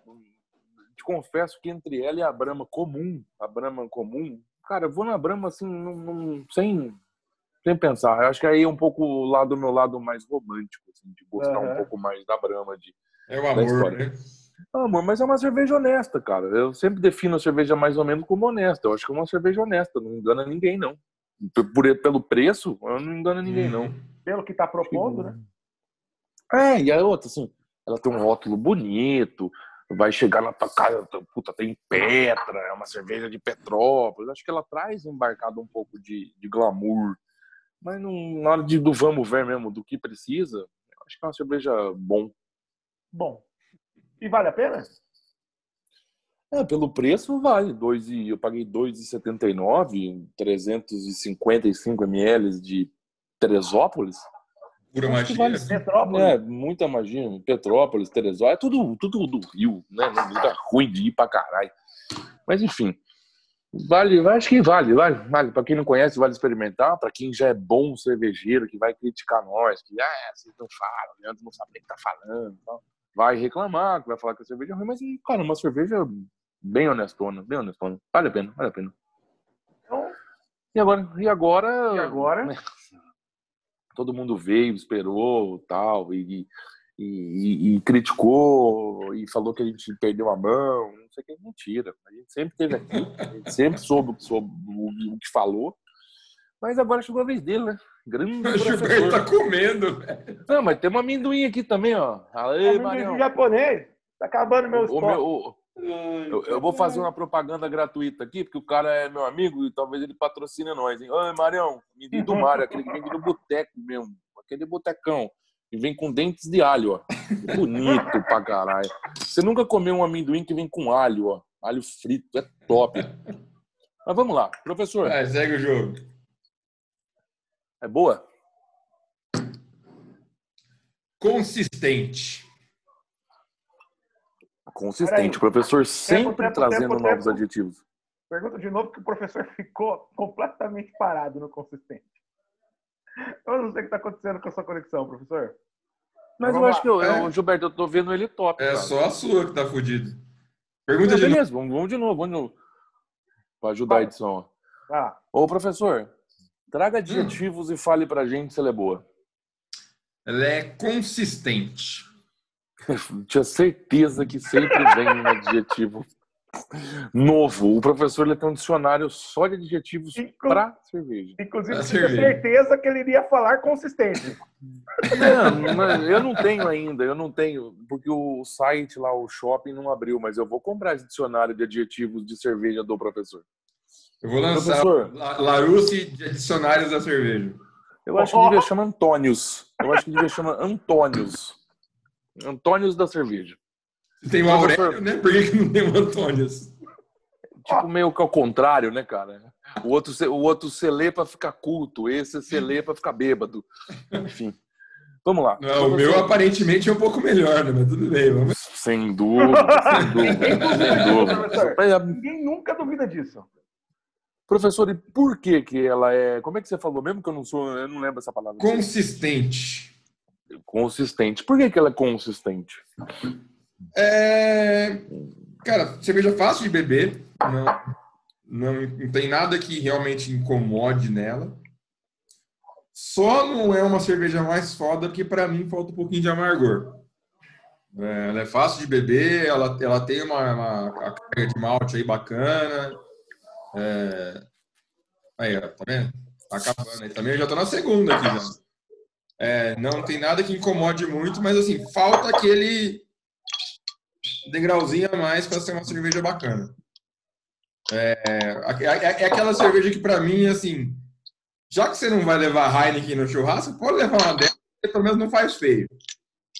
[SPEAKER 1] Te confesso que entre ela e a Brahma comum, a Brahma comum, cara, eu vou na Brahma assim, num- num- sem, sem pensar. Eu acho que aí é um pouco lá do meu lado mais romântico, assim, de gostar um
[SPEAKER 2] Aham.
[SPEAKER 1] pouco mais da Brahma. De...
[SPEAKER 3] É o
[SPEAKER 1] Da
[SPEAKER 3] amor,
[SPEAKER 1] história.
[SPEAKER 3] né?
[SPEAKER 1] Ah, amor, mas é uma cerveja honesta, cara. Eu sempre defino a cerveja mais ou menos como honesta. Eu acho que é uma cerveja honesta, não engana ninguém, não. P- Por, pelo preço, eu não engana
[SPEAKER 3] Hum.
[SPEAKER 1] ninguém, não.
[SPEAKER 2] Pelo que tá propondo, né?
[SPEAKER 1] É, e a outra, assim, ela tem um rótulo bonito, vai chegar na tua casa, tu- puta, tem Petra, é uma cerveja de Petrópolis. Acho que ela traz embarcado um pouco de, de glamour. Mas não, na hora de, do vamos ver mesmo, do que precisa, eu acho que é uma cerveja bom.
[SPEAKER 2] Bom. E vale a pena?
[SPEAKER 1] É, pelo preço vale. Dois e, eu paguei 2,79, 355 ml de Teresópolis.
[SPEAKER 3] Pura
[SPEAKER 1] Acho que
[SPEAKER 3] magia.
[SPEAKER 1] vale
[SPEAKER 2] Metrópole.
[SPEAKER 1] É, muita magia. Petrópolis, Teresópolis, é tudo, tudo do Rio, né? Um lugar ruim de ir pra caralho. Mas enfim, vale, vale, acho que vale, vale, vale. Pra quem não conhece, vale experimentar. Pra quem já é bom cervejeiro, que vai criticar nós, que, ah, vocês não falam, o Leandro não sabe nem o que tá falando. e tal. Vai reclamar, que vai falar que a cerveja é ruim, mas, cara, uma cerveja bem honestona, bem honestona. Vale a pena, vale a pena.
[SPEAKER 2] Então,
[SPEAKER 1] E agora, e agora, né?
[SPEAKER 2] e agora?
[SPEAKER 1] [LAUGHS] todo mundo veio, esperou, tal, e, e, e- e criticou, e falou que a gente perdeu a mão, não sei o que, é mentira. A gente sempre esteve aqui, a gente sempre soube, o que soube o, o que falou, mas agora chegou a vez dele, né? Grande
[SPEAKER 2] [LAUGHS]
[SPEAKER 3] [LAUGHS] O Gilberto
[SPEAKER 1] professor.
[SPEAKER 3] tá comendo, velho.
[SPEAKER 1] Não, mas tem um amendoim aqui também, ó. Aê,
[SPEAKER 2] Amigo
[SPEAKER 1] Marião.
[SPEAKER 2] de é um japonês. Tá acabando meu
[SPEAKER 1] O
[SPEAKER 2] estoque.
[SPEAKER 1] meu- o- eu, eu vou fazer uma propaganda gratuita aqui, porque o cara é meu amigo e talvez ele patrocine nós, hein? Ô, Marião, amendoim do Mário, aquele que vende no boteco mesmo, aquele botecão, que vem com dentes de alho, ó. Bonito pra caralho. Você nunca comeu um amendoim que vem com alho, ó. Alho frito, é top. Mas vamos lá, professor,
[SPEAKER 3] Vai, segue o jogo.
[SPEAKER 1] é boa?
[SPEAKER 3] Consistente.
[SPEAKER 1] Consistente, professor sempre
[SPEAKER 2] tempo,
[SPEAKER 1] trazendo
[SPEAKER 2] tempo,
[SPEAKER 1] novos
[SPEAKER 2] tempo.
[SPEAKER 1] adjetivos.
[SPEAKER 2] Pergunta de novo que o professor [LAUGHS] ficou completamente parado no consistente. Eu não sei o que está acontecendo com a sua conexão, professor.
[SPEAKER 1] Mas eu
[SPEAKER 2] Vamos
[SPEAKER 1] acho
[SPEAKER 2] lá.
[SPEAKER 1] que, eu,
[SPEAKER 3] É.
[SPEAKER 1] eu- Gilberto, eu tô vendo ele top.
[SPEAKER 3] É
[SPEAKER 1] cara.
[SPEAKER 3] só a sua que tá fudida.
[SPEAKER 1] Não,
[SPEAKER 3] Pergunta de novo.
[SPEAKER 1] beleza, vamos, vamos de novo, vamos de novo. Pra ajudar a edição, ó.
[SPEAKER 2] Ah,
[SPEAKER 1] Ô, professor, traga adjetivos e fale pra gente se ela é boa.
[SPEAKER 3] Ela é consistente.
[SPEAKER 1] Tinha certeza que sempre vem um adjetivo novo. O professor ele tem um dicionário só de adjetivos
[SPEAKER 2] inclu-
[SPEAKER 1] pra cerveja.
[SPEAKER 2] inclusive,
[SPEAKER 3] Tá
[SPEAKER 2] tinha
[SPEAKER 3] servindo.
[SPEAKER 2] certeza que ele iria falar
[SPEAKER 1] [LAUGHS]
[SPEAKER 2] consistente.
[SPEAKER 1] Não, mas eu não tenho ainda, eu não tenho, porque o site lá, o shopping, não abriu, mas eu vou comprar esse dicionário de adjetivos de cerveja do professor.
[SPEAKER 3] Eu vou lançar
[SPEAKER 1] Professor.
[SPEAKER 3] La- Larousse de dicionários da cerveja.
[SPEAKER 1] Eu acho que devia chamar Antônios. Eu acho que devia chamar Antônios. Antônios da cerveja.
[SPEAKER 3] Se Tem o
[SPEAKER 1] Professor.
[SPEAKER 3] Aurélio, né? Por que, que não tem o Antônio?
[SPEAKER 1] Tipo, meio que ao contrário, né, cara? O outro, cê- o outro cê lê pra ficar culto, esse cê lê pra ficar bêbado. Enfim. Vamos lá.
[SPEAKER 3] Não, o
[SPEAKER 1] assim?
[SPEAKER 3] meu aparentemente é um pouco melhor, né? Mas tudo bem. Vamos...
[SPEAKER 1] Sem dúvida, sem
[SPEAKER 2] [LAUGHS]
[SPEAKER 1] dúvida, sem dúvida.
[SPEAKER 2] Professor.
[SPEAKER 1] Mas, ah,
[SPEAKER 2] Ninguém nunca duvida disso.
[SPEAKER 1] Professor, e por que que ela é... Como é que você falou mesmo que eu não sou... Eu não lembro essa palavra.
[SPEAKER 3] Consistente.
[SPEAKER 1] Consistente. Por que que ela é consistente?
[SPEAKER 3] É... Cara, cerveja fácil de beber. Não, Não, não tem nada que realmente incomode nela. Só não é uma cerveja mais foda porque para mim falta um pouquinho de amargor. É, ela é fácil de beber, ela, ela tem uma, uma a carga de malte aí bacana. É, aí, ó, tá vendo? Tá acabando aí também. Eu já tô na segunda aqui já. É, não tem nada que incomode muito, mas assim, falta aquele degrauzinho a mais para ser uma cerveja bacana. É, é, é aquela cerveja que para mim, assim, já que você não vai levar Heineken no churrasco, pode levar uma dela, porque pelo menos não faz feio.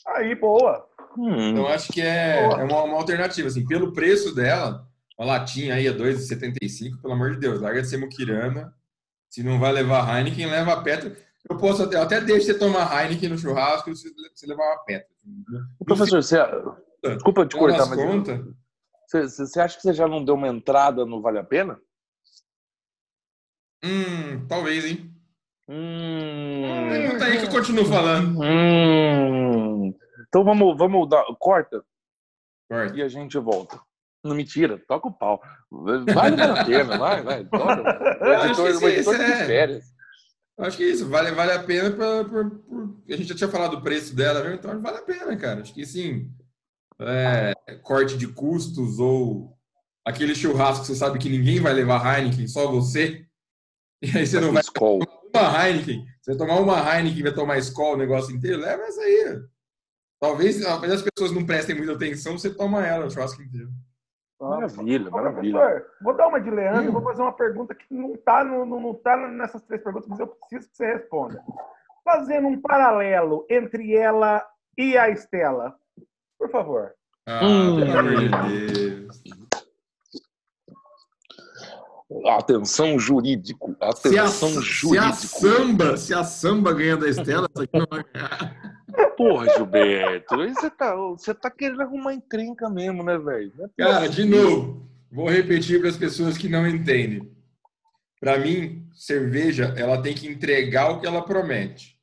[SPEAKER 2] Aí, boa.
[SPEAKER 1] Hum,
[SPEAKER 3] Então acho que é, é uma, uma alternativa, assim, pelo preço dela, uma latinha aí a 2,75, pelo amor de Deus, larga de ser muquirana. Se não vai levar Heineken, leva a Petra. Eu posso até, eu até deixo você tomar Heineken no churrasco se você levar uma Petra.
[SPEAKER 1] Ô, Professor, você, desculpa te
[SPEAKER 3] Afinal
[SPEAKER 1] cortar,
[SPEAKER 3] das
[SPEAKER 1] mas
[SPEAKER 3] Ah, contas,
[SPEAKER 1] você- você você acha que você já não deu uma entrada no Vale a Pena?
[SPEAKER 3] hum, talvez, hein?
[SPEAKER 1] Hum.
[SPEAKER 3] Pergunta aí que eu continuo falando.
[SPEAKER 1] Hum. Então vamos, vamos dar. Corta
[SPEAKER 3] Corta.
[SPEAKER 1] e a gente volta. Não mentira, toca o pau. Vale a
[SPEAKER 3] [LAUGHS]
[SPEAKER 1] pena, vai, vai. Toca. O editor,
[SPEAKER 3] acho que esse-
[SPEAKER 1] o editor
[SPEAKER 3] esse
[SPEAKER 1] tá de
[SPEAKER 3] é-
[SPEAKER 1] férias.
[SPEAKER 3] Eu Acho que é isso, vale, vale a pena. Pra, pra- por- A gente já tinha falado do preço dela, né? então vale a pena, cara. Acho que sim. é, corte de custos ou aquele churrasco que você sabe que ninguém vai levar Heineken, só você. E aí você [LAUGHS] não vai
[SPEAKER 1] Skol.
[SPEAKER 3] uma Heineken. Você vai tomar uma Heineken e vai tomar Skol o negócio inteiro, leva essa aí. Talvez, talvez as pessoas não prestem muita atenção, você toma ela o churrasco inteiro.
[SPEAKER 1] Maravilha,
[SPEAKER 2] Ô,
[SPEAKER 1] maravilha.
[SPEAKER 2] professor, Vou dar uma de Leandro e vou fazer uma pergunta que não está no, não, não tá nessas três perguntas, mas eu preciso que você responda. Fazendo um paralelo entre ela e a Estela, por favor.
[SPEAKER 3] Ah,
[SPEAKER 1] Hum.
[SPEAKER 3] pelo amor de Deus.
[SPEAKER 1] Atenção jurídico.
[SPEAKER 3] Se a,
[SPEAKER 1] Atenção
[SPEAKER 3] se a
[SPEAKER 1] jurídico.
[SPEAKER 3] samba, se a samba ganha da Estela, essa aqui não vai ganhar.
[SPEAKER 1] Porra, Gilberto. aí Você tá, você tá querendo arrumar encrenca mesmo, né, velho? Não é
[SPEAKER 3] Cara, de novo, vou repetir para as pessoas que não entendem. Para mim, cerveja, ela tem que entregar o que ela promete.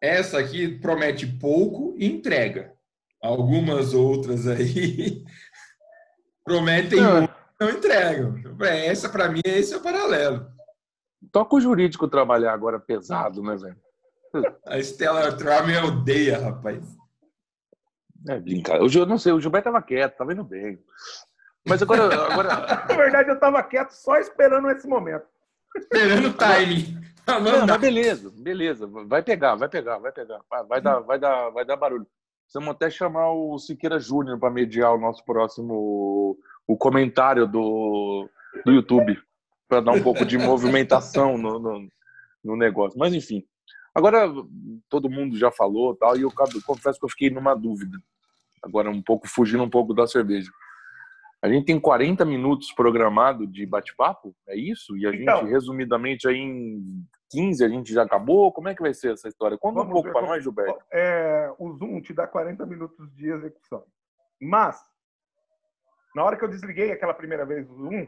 [SPEAKER 3] Essa aqui promete pouco e entrega. Algumas outras aí [LAUGHS] prometem
[SPEAKER 1] Não.
[SPEAKER 3] muito e não entregam. Então, pra- Essa, para mim, esse é o paralelo.
[SPEAKER 1] Toca o jurídico trabalhar agora pesado, né, velho?
[SPEAKER 3] A Stella Artois me odeia, rapaz.
[SPEAKER 1] É brincadeira. O Gil- Eu não sei, o Gilberto tava quieto, tava indo bem. Mas agora, agora
[SPEAKER 2] Na verdade, eu estava quieto só esperando esse momento.
[SPEAKER 3] Esperando o timing. [LAUGHS] pra
[SPEAKER 1] não,
[SPEAKER 3] mandar.
[SPEAKER 1] mas beleza, beleza. Vai pegar, vai pegar, vai pegar. Vai, vai dar, vai, dar, vai dar barulho. Precisamos até chamar o Siqueira Júnior para mediar o nosso próximo o comentário do, do YouTube, para dar um pouco de movimentação no, no, no negócio. Mas enfim, agora todo mundo já falou tal, e eu cab- confesso que eu fiquei numa dúvida. Agora, um pouco, fugindo um pouco da cerveja. A gente tem 40 minutos programado de bate-papo, é isso? E a gente,
[SPEAKER 2] Então.
[SPEAKER 1] resumidamente, aí em 15 a gente já acabou? Como é que vai ser essa história? Conta
[SPEAKER 2] Vamos
[SPEAKER 1] um pouco
[SPEAKER 2] ver
[SPEAKER 1] para
[SPEAKER 2] como-
[SPEAKER 1] nós, Gilberto.
[SPEAKER 2] É, o Zoom te dá 40 minutos de execução. Mas, na hora que eu desliguei aquela primeira vez o Zoom,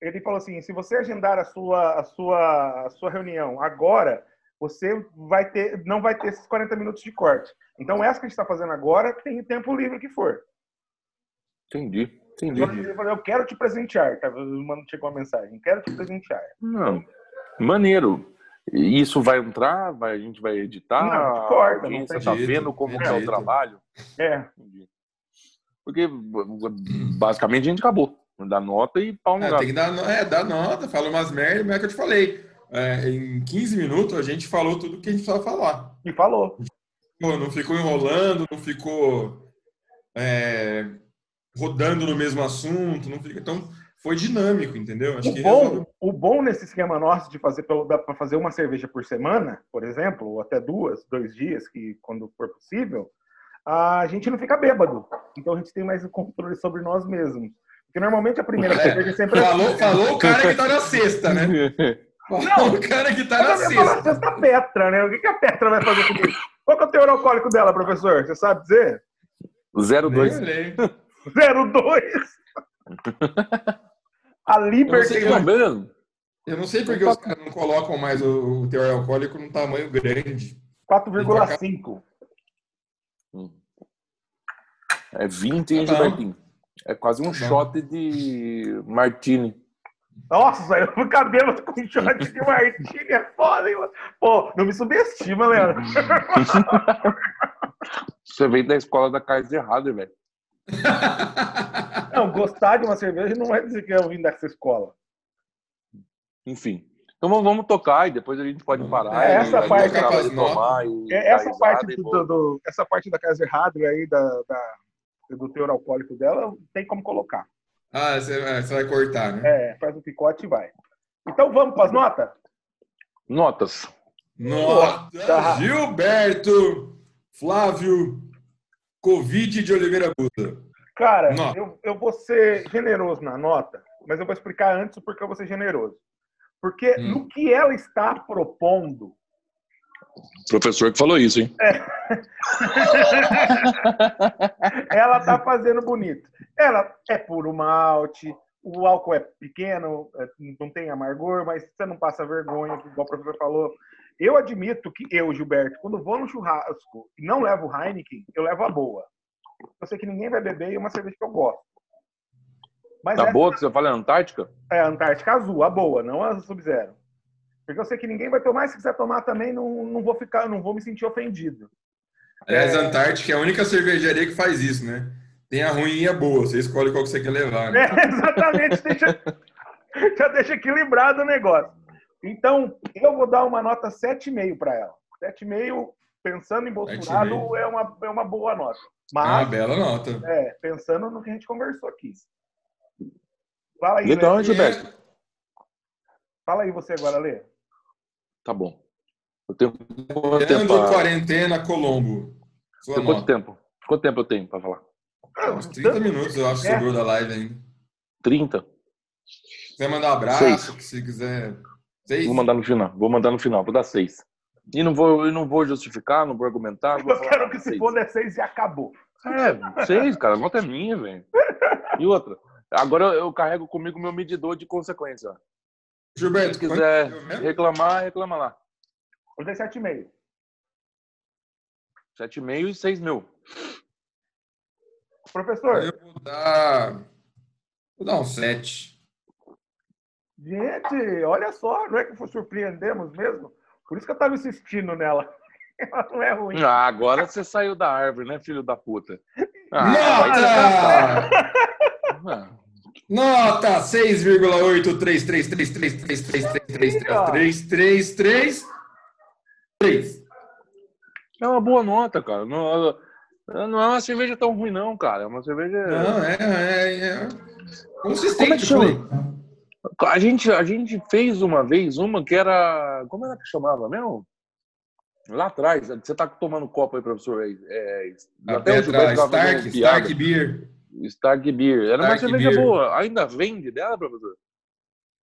[SPEAKER 2] ele falou assim: se você agendar a sua, a sua, a sua reunião agora, você vai ter, não vai ter esses 40 minutos de corte. Então, essa que a gente está fazendo agora tem o tempo livre que for.
[SPEAKER 1] Entendi, entendi.
[SPEAKER 2] Ele falou: eu quero te presentear. Tá? O mano chegou uma mensagem: quero te presentear.
[SPEAKER 1] Não. Maneiro. E isso vai entrar? Vai, a gente vai editar?
[SPEAKER 2] Não, corta,
[SPEAKER 1] Alguém-
[SPEAKER 2] não
[SPEAKER 1] Você
[SPEAKER 2] tem
[SPEAKER 1] tá
[SPEAKER 3] jeito,
[SPEAKER 1] vendo
[SPEAKER 3] não
[SPEAKER 1] como
[SPEAKER 3] tem
[SPEAKER 1] que é o
[SPEAKER 3] jeito.
[SPEAKER 1] trabalho?
[SPEAKER 2] É,
[SPEAKER 1] Entendi. Porque b- b- basicamente a gente acabou. Dá nota e pau no
[SPEAKER 3] É,
[SPEAKER 1] gato.
[SPEAKER 3] tem que dar, no- é, dar nota, fala umas merdas, mas é que eu te falei. É, em 15 minutos a gente falou tudo que a gente precisava falar.
[SPEAKER 2] e falou.
[SPEAKER 3] Pô, não ficou enrolando, não ficou é, rodando no mesmo assunto, não fica. Então, foi dinâmico, entendeu? Acho que
[SPEAKER 2] o, bom,
[SPEAKER 3] resolve-
[SPEAKER 2] o bom nesse esquema nosso de fazer para fazer uma cerveja por semana, por exemplo, ou até duas, dois dias, que quando for possível, a gente não fica bêbado. Então a gente tem mais o controle sobre nós mesmos. Porque normalmente a primeira
[SPEAKER 3] É,
[SPEAKER 2] cerveja sempre assim.
[SPEAKER 3] Falou, falou o cara que tá na sexta, né?
[SPEAKER 1] [LAUGHS]
[SPEAKER 3] Falou o cara que tá na
[SPEAKER 2] Eu ia falar
[SPEAKER 3] sexta.
[SPEAKER 2] sexta Petra, né? O que que a Petra vai fazer comigo? Qual que é o teor alcoólico dela, professor? Você sabe dizer?
[SPEAKER 1] 02.
[SPEAKER 3] Nem olhei. [LAUGHS]
[SPEAKER 2] 0,2! A
[SPEAKER 3] Eu não sei
[SPEAKER 2] Liberty
[SPEAKER 3] como-
[SPEAKER 1] Lembrando,
[SPEAKER 3] Eu não sei porque os caras não colocam mais o, o teor alcoólico num tamanho grande. [LAUGHS]
[SPEAKER 2] 4,5.
[SPEAKER 1] É 20, hein,
[SPEAKER 3] Tá bom.
[SPEAKER 1] Gilbertinho? É quase um
[SPEAKER 3] Tá bom.
[SPEAKER 1] shot de Martini.
[SPEAKER 2] Nossa, eu fico cabelo com short de martini, é foda, hein, mano? Pô, não me subestima, Leandro.
[SPEAKER 1] Você veio da escola da Kaiser Hader, velho.
[SPEAKER 2] [LAUGHS]
[SPEAKER 3] Ah,
[SPEAKER 2] Não, gostar de uma cerveja não é dizer que eu vim dessa escola.
[SPEAKER 1] Enfim. Então vamos, vamos tocar e depois a gente pode parar.
[SPEAKER 2] É,
[SPEAKER 1] e
[SPEAKER 2] essa
[SPEAKER 1] a
[SPEAKER 2] parte
[SPEAKER 1] gente acaba
[SPEAKER 3] aqui.
[SPEAKER 1] de tomar e
[SPEAKER 2] É, Essa
[SPEAKER 1] dar
[SPEAKER 2] parte,
[SPEAKER 1] risada e
[SPEAKER 2] do,
[SPEAKER 1] volta.
[SPEAKER 2] do- do- essa parte da casa errada aí, da, da- do teor alcoólico dela, tem como colocar.
[SPEAKER 3] Ah, você vai, você vai cortar, né?
[SPEAKER 2] É, faz um picote e vai. Então vamos para as notas?
[SPEAKER 1] Notas.
[SPEAKER 3] Nossa, Gilberto Flávio Covid de Oliveira Buda.
[SPEAKER 2] Cara,
[SPEAKER 3] Nota.
[SPEAKER 2] eu, eu vou ser generoso na nota, mas eu vou explicar antes porque eu vou ser generoso. Porque
[SPEAKER 3] Hum.
[SPEAKER 2] no que ela está propondo,
[SPEAKER 1] Professor que falou isso, hein?
[SPEAKER 2] ela tá fazendo bonito. Ela é puro malte, o álcool é pequeno, é, não tem amargor, mas você não passa vergonha, igual o professor falou. Eu admito que eu, Gilberto, quando vou no churrasco e não levo Heineken, eu levo a boa. Eu sei que ninguém vai beber e é uma cerveja que eu gosto. Mas
[SPEAKER 1] Tá
[SPEAKER 2] essa
[SPEAKER 1] boa que você fala é Antártica?
[SPEAKER 2] é a Antártica Azul, a boa, não a Sub-Zero. Porque eu sei que ninguém vai tomar, se quiser tomar também, não, não vou ficar, não vou me sentir ofendido.
[SPEAKER 3] Aliás, a Antártica é a única cervejaria que faz isso, né? Tem a ruim e a boa. Você escolhe qual que você quer levar. Né?
[SPEAKER 2] É, exatamente, deixa, já deixa equilibrado o negócio. Então, eu vou dar uma nota 7,5 para ela. 7,5, pensando em Bolsonaro,
[SPEAKER 3] 7,5.
[SPEAKER 2] é uma, é uma boa nota.
[SPEAKER 3] Ah,
[SPEAKER 2] Mas,
[SPEAKER 3] bela nota.
[SPEAKER 2] é, pensando no que a gente conversou aqui. Fala aí,
[SPEAKER 1] Legal,
[SPEAKER 2] Lê.
[SPEAKER 1] hein, Gilberto?
[SPEAKER 3] É,
[SPEAKER 2] Fala aí você agora, Lê.
[SPEAKER 1] Tá bom. Eu tenho quanto tempo?
[SPEAKER 3] Leandro
[SPEAKER 2] é,
[SPEAKER 1] pra-
[SPEAKER 3] Quarentena Colombo. Sua
[SPEAKER 1] Tem quanto
[SPEAKER 3] nota.
[SPEAKER 1] tempo? Quanto tempo eu tenho pra falar?
[SPEAKER 3] Uns 30 minutos, eu acho, que
[SPEAKER 2] É.
[SPEAKER 3] sobrou da live ainda.
[SPEAKER 1] 30?
[SPEAKER 3] Se quiser mandar um abraço, se quiser. Seis.
[SPEAKER 1] Vou mandar no final. Vou mandar no final, vou dar 6. E não vou, eu não vou justificar, não vou argumentar. não vou
[SPEAKER 2] Eu
[SPEAKER 1] falar
[SPEAKER 2] quero
[SPEAKER 1] nada,
[SPEAKER 2] que se
[SPEAKER 1] seis.
[SPEAKER 2] for 6 e acabou.
[SPEAKER 1] É, seis, cara. A nota é minha, velho. E outra. Agora eu, eu carrego comigo meu medidor de consequência. ó.
[SPEAKER 3] Gilberto,
[SPEAKER 1] Se quiser
[SPEAKER 3] quanto-
[SPEAKER 2] É?
[SPEAKER 3] eu mesmo?
[SPEAKER 1] reclamar, reclama lá.
[SPEAKER 2] Eu dei 7,5.
[SPEAKER 1] 7,5 e 6 mil.
[SPEAKER 2] Professor,
[SPEAKER 3] Eu vou dar. Vou dar um 7.
[SPEAKER 2] gente, olha só, não é que foi surpreendemos mesmo? Por isso que eu tava insistindo nela. [LAUGHS] Ela não é ruim.
[SPEAKER 1] Ah, agora você saiu da árvore, né, filho da puta? tá
[SPEAKER 3] Nota!
[SPEAKER 1] ah,
[SPEAKER 3] Nota 6,83333333333333.
[SPEAKER 1] é uma boa nota, cara. Não, não é uma cerveja tão ruim, não, cara. É uma cerveja.
[SPEAKER 3] Não, é, é, é. Consistente.
[SPEAKER 1] Como é que chama?
[SPEAKER 3] falei.
[SPEAKER 1] A gente, a gente fez uma vez uma que era. Como era que chamava mesmo? Lá atrás, você tá tomando copo aí, professor. É, é,
[SPEAKER 3] A
[SPEAKER 1] até o
[SPEAKER 3] Petra
[SPEAKER 1] Gilberto tava fazendo
[SPEAKER 3] Stark,
[SPEAKER 1] piada.
[SPEAKER 3] Stark Beer.
[SPEAKER 1] Stark Beer. Era uma
[SPEAKER 3] Stark
[SPEAKER 1] cerveja
[SPEAKER 3] Beer.
[SPEAKER 1] boa. Ainda vende dela, professor?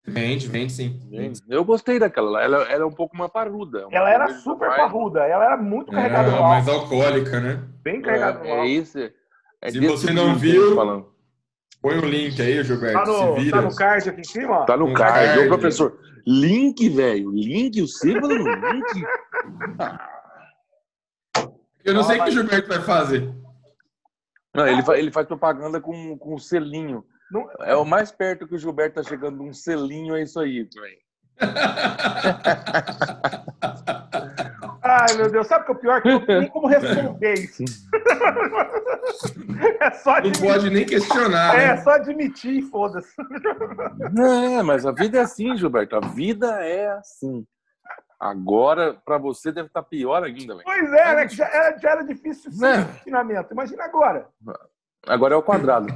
[SPEAKER 3] Vende, vende sim.
[SPEAKER 1] Vende. Eu gostei daquela. lá. Ela, ela é um pouco mais parruda. Uma
[SPEAKER 2] Ela era
[SPEAKER 1] cerveja
[SPEAKER 2] super
[SPEAKER 1] mais-
[SPEAKER 2] parruda, ela era muito carregada
[SPEAKER 3] É,
[SPEAKER 2] no álcool,
[SPEAKER 3] mais alcoólica, né?
[SPEAKER 2] bem carregada no
[SPEAKER 1] É, é
[SPEAKER 2] álcool.
[SPEAKER 1] isso. É
[SPEAKER 3] Se
[SPEAKER 1] desse
[SPEAKER 3] você
[SPEAKER 1] tipo
[SPEAKER 3] não
[SPEAKER 1] de gente
[SPEAKER 3] viu,
[SPEAKER 1] falando.
[SPEAKER 3] Põe o link aí, Gilberto.
[SPEAKER 2] Tá no,
[SPEAKER 3] se
[SPEAKER 2] tá
[SPEAKER 3] vira.
[SPEAKER 2] no card aqui em cima? ó.
[SPEAKER 1] Tá no
[SPEAKER 3] Um
[SPEAKER 1] card,
[SPEAKER 3] card.
[SPEAKER 1] ô professor. Link, velho. Link, o símbolo no link.
[SPEAKER 3] Eu não sei o
[SPEAKER 2] Fala
[SPEAKER 3] que
[SPEAKER 2] aí.
[SPEAKER 3] o Gilberto vai fazer.
[SPEAKER 1] Não, ele, fa- ele faz propaganda com, com um selinho.
[SPEAKER 2] Não-
[SPEAKER 1] É o mais perto que o Gilberto tá chegando de um selinho, é isso aí. velho.
[SPEAKER 2] Ai, meu Deus, sabe o que é o pior? Que eu não tenho nem como responder isso. [LAUGHS] é só
[SPEAKER 3] Não
[SPEAKER 2] admitir.
[SPEAKER 3] pode nem questionar.
[SPEAKER 2] É,
[SPEAKER 3] né?
[SPEAKER 2] só admitir, foda-se.
[SPEAKER 1] Não, mas a vida é assim, Gilberto. A vida é assim. Agora, pra você, deve estar pior ainda, velho.
[SPEAKER 2] Pois é, né? que Já era, já era difícil sem
[SPEAKER 1] Né?
[SPEAKER 2] confinamento. Imagina agora.
[SPEAKER 1] Agora é o quadrado.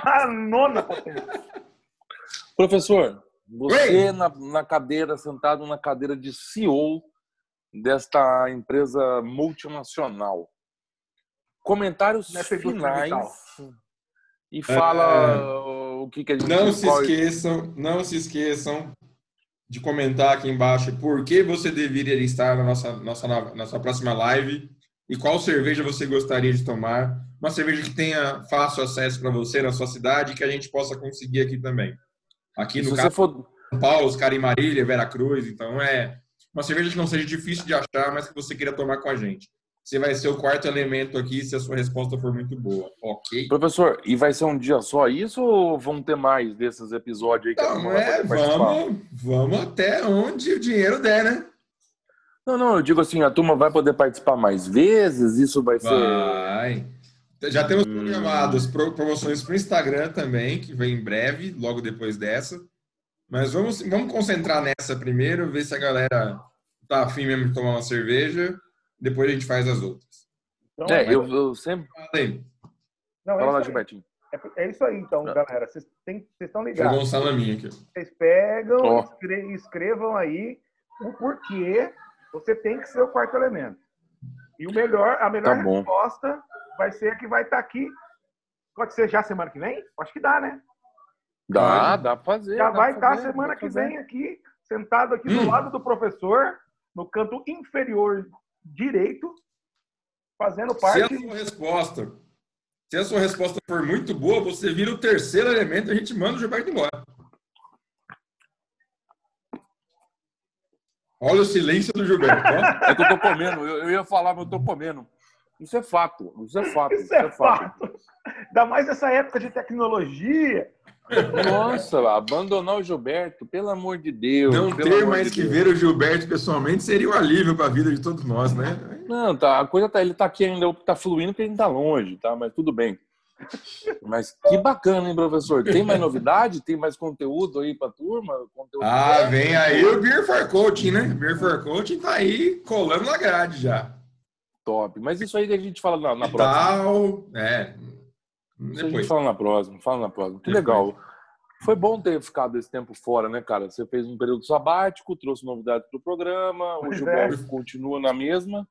[SPEAKER 2] A Tá nona potência.
[SPEAKER 1] Professor,
[SPEAKER 3] Oi.
[SPEAKER 1] você na, na cadeira, sentado na cadeira de CEO desta empresa multinacional. Comentários
[SPEAKER 2] Nessa indústria
[SPEAKER 3] é
[SPEAKER 1] finais
[SPEAKER 2] digital.
[SPEAKER 1] e fala o que, que a gente
[SPEAKER 3] Não se
[SPEAKER 1] qual-
[SPEAKER 3] esqueçam, não se esqueçam de comentar aqui embaixo por que você deveria estar na nossa, nossa, na- nossa próxima live e qual cerveja você gostaria de tomar. Uma cerveja que tenha fácil acesso para você na sua cidade e que a gente possa conseguir aqui também. Aqui
[SPEAKER 1] Se
[SPEAKER 3] no
[SPEAKER 1] você
[SPEAKER 3] caso,
[SPEAKER 1] for
[SPEAKER 3] São Paulo, os caras em Marília, Veracruz, então é uma cerveja que não seja difícil de achar, mas que você queira tomar com a gente. Você vai ser o quarto elemento aqui se a sua resposta for muito boa, ok?
[SPEAKER 1] Professor, e vai ser um dia só isso ou vão ter mais desses episódios aí que a
[SPEAKER 3] Então,
[SPEAKER 1] turma vai
[SPEAKER 3] é,
[SPEAKER 1] poder participar?
[SPEAKER 3] vamos, vamos até onde o dinheiro der, né?
[SPEAKER 1] Não, não, eu digo assim, a turma vai poder participar mais vezes, isso vai ser...
[SPEAKER 3] Vai. Já temos
[SPEAKER 1] Hum.
[SPEAKER 3] programadas pro- promoções para o Instagram também, que vem em breve, logo depois dessa. Mas vamos, vamos concentrar nessa primeiro, ver se a galera tá afim mesmo de tomar uma cerveja. Depois a gente faz as outras.
[SPEAKER 2] Então,
[SPEAKER 1] É, eu, eu sempre...
[SPEAKER 3] Fala aí,
[SPEAKER 2] não, é,
[SPEAKER 1] Fala lá,
[SPEAKER 2] isso aí.
[SPEAKER 1] Gilbertinho.
[SPEAKER 2] É- é isso aí, então, galera. Vocês têm- vocês estão ligados.
[SPEAKER 3] chegou um salaminho aqui.
[SPEAKER 2] Vocês pegam,
[SPEAKER 1] Ó.
[SPEAKER 2] escre- escrevam aí o porquê você tem que ser o quarto elemento. E o melhor, a melhor
[SPEAKER 1] Tá bom.
[SPEAKER 2] resposta vai ser a que vai estar aqui. Pode ser já semana que vem? Acho que dá, né?
[SPEAKER 1] Dá, dá pra fazer.
[SPEAKER 2] já
[SPEAKER 1] dá
[SPEAKER 2] vai
[SPEAKER 1] pra
[SPEAKER 3] tá
[SPEAKER 2] estar
[SPEAKER 1] fazer,
[SPEAKER 2] semana
[SPEAKER 1] dá pra
[SPEAKER 2] que
[SPEAKER 1] fazer.
[SPEAKER 2] vem aqui, sentado aqui do
[SPEAKER 3] Hum.
[SPEAKER 2] lado do professor, no canto inferior direito, fazendo
[SPEAKER 3] Se a
[SPEAKER 2] parte.
[SPEAKER 3] sua resposta, se a sua resposta for muito boa, você vira o terceiro elemento e a gente manda o Gilberto embora. Olha o silêncio do Gilberto. ó.
[SPEAKER 1] É que eu tô comendo, eu, eu ia falar, mas eu tô comendo. Isso é fato, isso é fato.
[SPEAKER 2] Isso é fato. Ainda mais nessa época de tecnologia.
[SPEAKER 1] Nossa, abandonar o Gilberto, pelo amor de Deus.
[SPEAKER 3] Não
[SPEAKER 1] [LAUGHS] pelo
[SPEAKER 3] ter
[SPEAKER 1] amor
[SPEAKER 3] mais
[SPEAKER 1] de
[SPEAKER 3] que
[SPEAKER 1] Deus.
[SPEAKER 3] ver o Gilberto pessoalmente seria um alívio para a vida de todos nós, né?
[SPEAKER 1] Não, tá, a coisa tá, ele tá aqui ainda, tá fluindo porque ele tá longe, tá? Mas tudo bem. Mas que bacana, hein, professor? Tem mais novidade? Tem mais conteúdo aí pra turma? Conteúdo
[SPEAKER 3] Ah, vem aí o Beer for Coaching, né? Beer for Coaching tá aí colando na grade já.
[SPEAKER 1] top. Mas isso aí que a gente fala na, na
[SPEAKER 3] E
[SPEAKER 1] próxima.
[SPEAKER 3] tal, é.
[SPEAKER 1] Isso a gente
[SPEAKER 3] Depois.
[SPEAKER 1] fala na próxima, fala na próxima. Que
[SPEAKER 3] Depois.
[SPEAKER 1] legal. Foi bom ter ficado esse tempo fora, né, cara? Você fez um período sabático, trouxe novidades pro programa, o
[SPEAKER 2] Pois é.
[SPEAKER 1] Gilberto continua na mesma.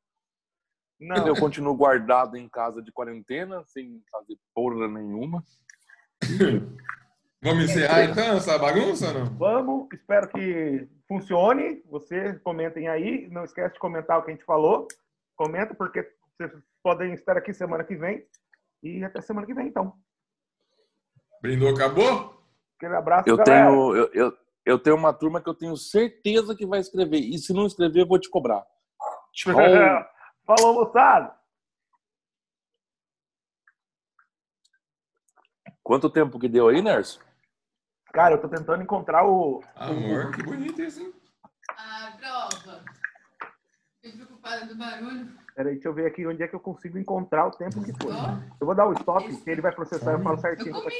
[SPEAKER 2] Não,
[SPEAKER 1] Eu continuo guardado em casa de quarentena, sem fazer porra nenhuma.
[SPEAKER 3] Vamos
[SPEAKER 1] é
[SPEAKER 3] encerrar então essa bagunça ou não?
[SPEAKER 2] Vamos, espero que funcione. Vocês comentem aí. Não esquece de comentar o que a gente falou. Comenta, porque vocês podem estar aqui semana que vem. E até semana que vem, então.
[SPEAKER 3] Brindou, acabou?
[SPEAKER 2] Aquele abraço,
[SPEAKER 1] Eu
[SPEAKER 2] galera.
[SPEAKER 1] tenho, eu, eu, eu tenho uma turma que eu tenho certeza que vai escrever. E se não escrever, eu vou te
[SPEAKER 2] [LAUGHS]
[SPEAKER 1] cobrar. Tchau.
[SPEAKER 2] Falou, moçada.
[SPEAKER 1] Quanto tempo que deu aí, Nerso?
[SPEAKER 2] Cara, eu tô tentando encontrar o.
[SPEAKER 3] Amor, que bonito isso, hein?
[SPEAKER 5] A prova. Fiquei preocupada do barulho.
[SPEAKER 2] Peraí, deixa eu ver aqui onde é que eu consigo encontrar o tempo que foi.
[SPEAKER 5] Ó.
[SPEAKER 2] Eu vou dar o stop, que ele vai processar, eu falo certinho.
[SPEAKER 5] Eu comi.